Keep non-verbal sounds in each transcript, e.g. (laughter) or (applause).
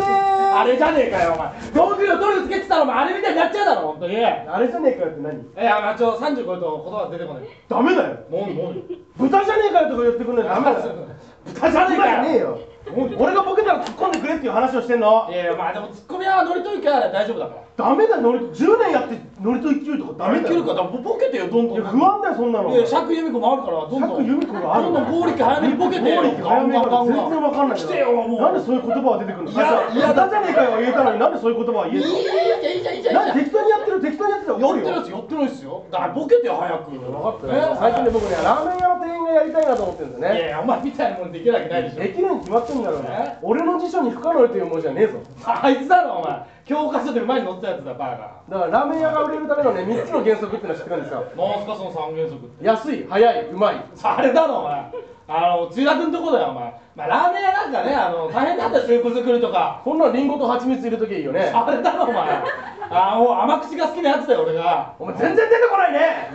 あれじゃねえかよお前道具をどれつけてたらお前あれみたいになっちゃうだろ本当にえあれじゃねえかよって何やまあちょ35と言葉出てこないダメだよもうもう豚じゃねえかよとか言ってくんないとダメだよ (laughs) 豚じゃねえ豚じゃかねえよ俺がボケたら突っ込んでくれっていう話をしてんのいやいやまあでもツッコミは乗りといから大丈夫だからダメだよノリ10年やってノリと一級とかダメだ切るよかだボケてよどんどんいや不安だよそんなのいや釈由美子もあるからどんどん釈由美子があるどんどん剛力早めにボケてよ剛力早めにガンガンガンガン全然わかんない来てよもうなんでそういう言葉が出てくるのいやいやだじゃねえかよ言えたのになんでそういう言葉が言えいたのやいやいやいやいやいなやんで適当にやってる適当にやってる寄おっるてるやよつ寄ってないっすよだからボケてよ早く分かえ最近ね僕ねラーメン屋の店員がやりたいなと思ってるんですよいやねいやお前みたいなもんできるわけないでしょできるに決まってんだろうえね俺の辞書に不可能という文字はねえぞあいつだろお前教科書で前に載ってたやつだバーガだからラーメン屋が売れるためのね3つの原則っていうのを知ってるんですよーなんすかその三原則って安い早いうまいあれだろお前あの津田君とこだよお前、まあ、ラーメン屋なんかねあの大変なんだよスープ作りとかこんなのリンゴと蜂蜜入れときゃいいよねあれだろお前あもう甘口が好きなやつだよ俺がお前全然出てこないね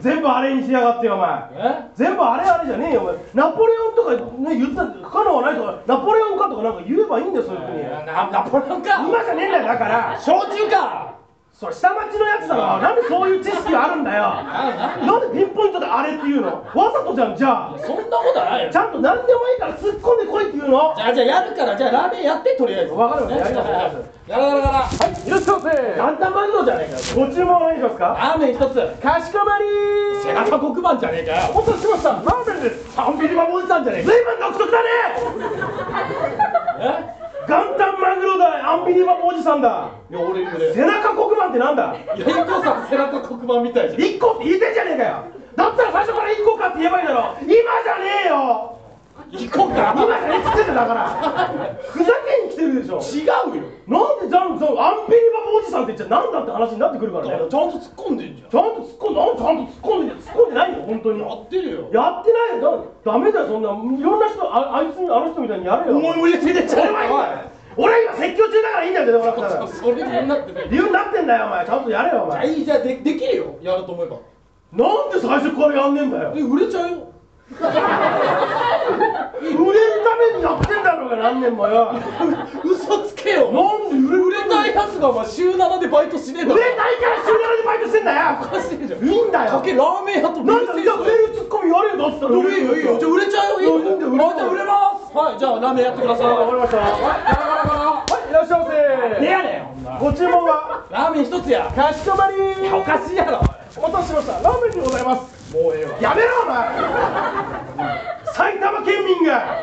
全部あれにしやがってよお前え全部あれあれじゃねえよお前ナポレオンとかね言ってた不可能はないとかナポレオンかとかなんか言えばいいんだよそういうふうになナポレオンか今じゃねえんだよだから焼酎かそれ下町のやつだろなんでそういう知識があるんだよなんでピンポイントであれっていうのわざとじゃんじゃあそんなことはないよちゃんと何でもいいから突っ込んでこいっていうのじゃあじゃあやるからじゃあラーメンやってとりあえずわかりましたやりますやりまやりますやらやらやらいらっしゃいませだんだんマグロじゃねえかよご注文お願いしますかラーメン一つかしこまりー背中黒板じゃねえかよお待たせしましたラーメンですサンビリマモおじさんじゃねえ随か分独特だね元旦マグロだアンビリバボおじさんだいや俺俺背中黒板ってなんだいや、一個さん背中黒板みたいじゃん。一個って言ってんじゃねえかよだったら最初から一個かって言えばいいだろ今じゃねえよ一個か今じゃねえっつってんだよだからふざけに来てるでしょ違うよ。なんでじゃんそうアンビリバボおじさんって言っちゃなんだって話になってくるかだらからちゃねんと突っ込んでんじゃちゃんと突っ込んでなんちゃんと突っ込んでんじゃん突っ込んでないよ本当にん。やってるよ。やってないよだダメだよそんないろんな人ああいつにあの人みたいにやれよ思い無理やり出ちゃ俺うはいいんだよ俺は今説教中だからいいんだよ出てこなくなおらい。それになってない。理由になってんだよお前ちゃんとやれよお前あいいじゃんでできるよ。やると思えば。なんで最初からやんねえんだよえ売れちゃうよ。売れるためにやってんだろうが何年もよ嘘つけよ。なんで売れ売れないやつがお前週7でバイトしねえだ売ろ。れないから週7でバイトしてんだおよかしいじゃん。いいんだよかけラーメン屋となんだじゃあ売れるツッコミやれよだったらどれいいよいいよ。じゃあ売れちゃうよ。いいよ。あじゃあ売れます。はい。じゃあラーメンやってください。あわかりましたはいいらっしゃいまねせやねんほんならご注文はラーメン一つや。かしこまりいやおかしいやろ。お待たせしましたラーメンでございますもうええわ。やめろお前埼玉県民が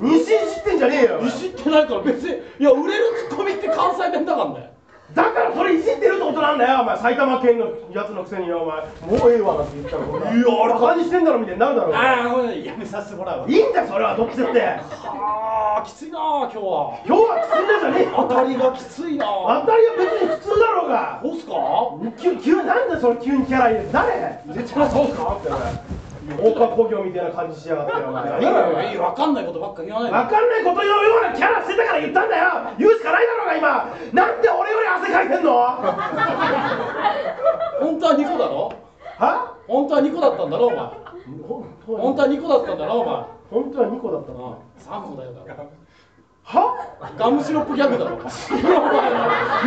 西いじってんじゃねえよお前いじってないから別にいや売れるツッコミって関西弁だからねだからそれいじってるってことなんだよお前埼玉県のやつのくせによお前もうええわなんて言ったらほらいやあれバカにしてんだろみたいになるだろああやめさせてもらうわいいんだよそれはどっちだってあーきついなあ今日は今日はきついんだじゃねえよ当たりがきついな当あたりは別に普通だろうがそうっすか急急なんだよそれ急にキャラ入れて誰入れてなそうっすかって大川工業みたいな感じしやがってお前い何やいだよおやい前や分かんないことばっか言わないでわかんないこと言うようなキャラしてたから言ったんだよ言うしかないだろうが今なんで俺より汗かいてんのは本当は2個だろ本当は2個だったんだろお前本本当は2個だったんだろお前本当は2個だったな3個だよだろはガムシロップギャグだろお前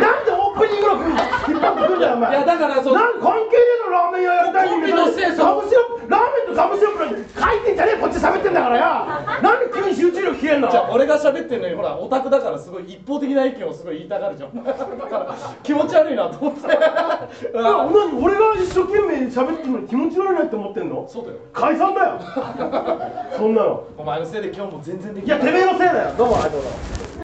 なんでオープニングの引っ張ってくんだよお前いやだからそのなん関係ねえのラーメン屋やりたいコンビのせいそガのムシロップラーメンとガムシロップなんて書いてんじゃねえこっち喋ってんだからよなんで急に集中力切れんのじゃあ俺が喋ってるのにほらオタクだからすごい一方的な意見をすごい言いたがるじゃん (laughs) だから気持ち悪いなと思っていやあ何俺が一生懸命喋ってるのに気持ち悪いなって思ってんのそうだよ解散 (laughs) だよそんなのお前のせいで今日も全然できいなやいてめえのせいだよどうもありがとうございます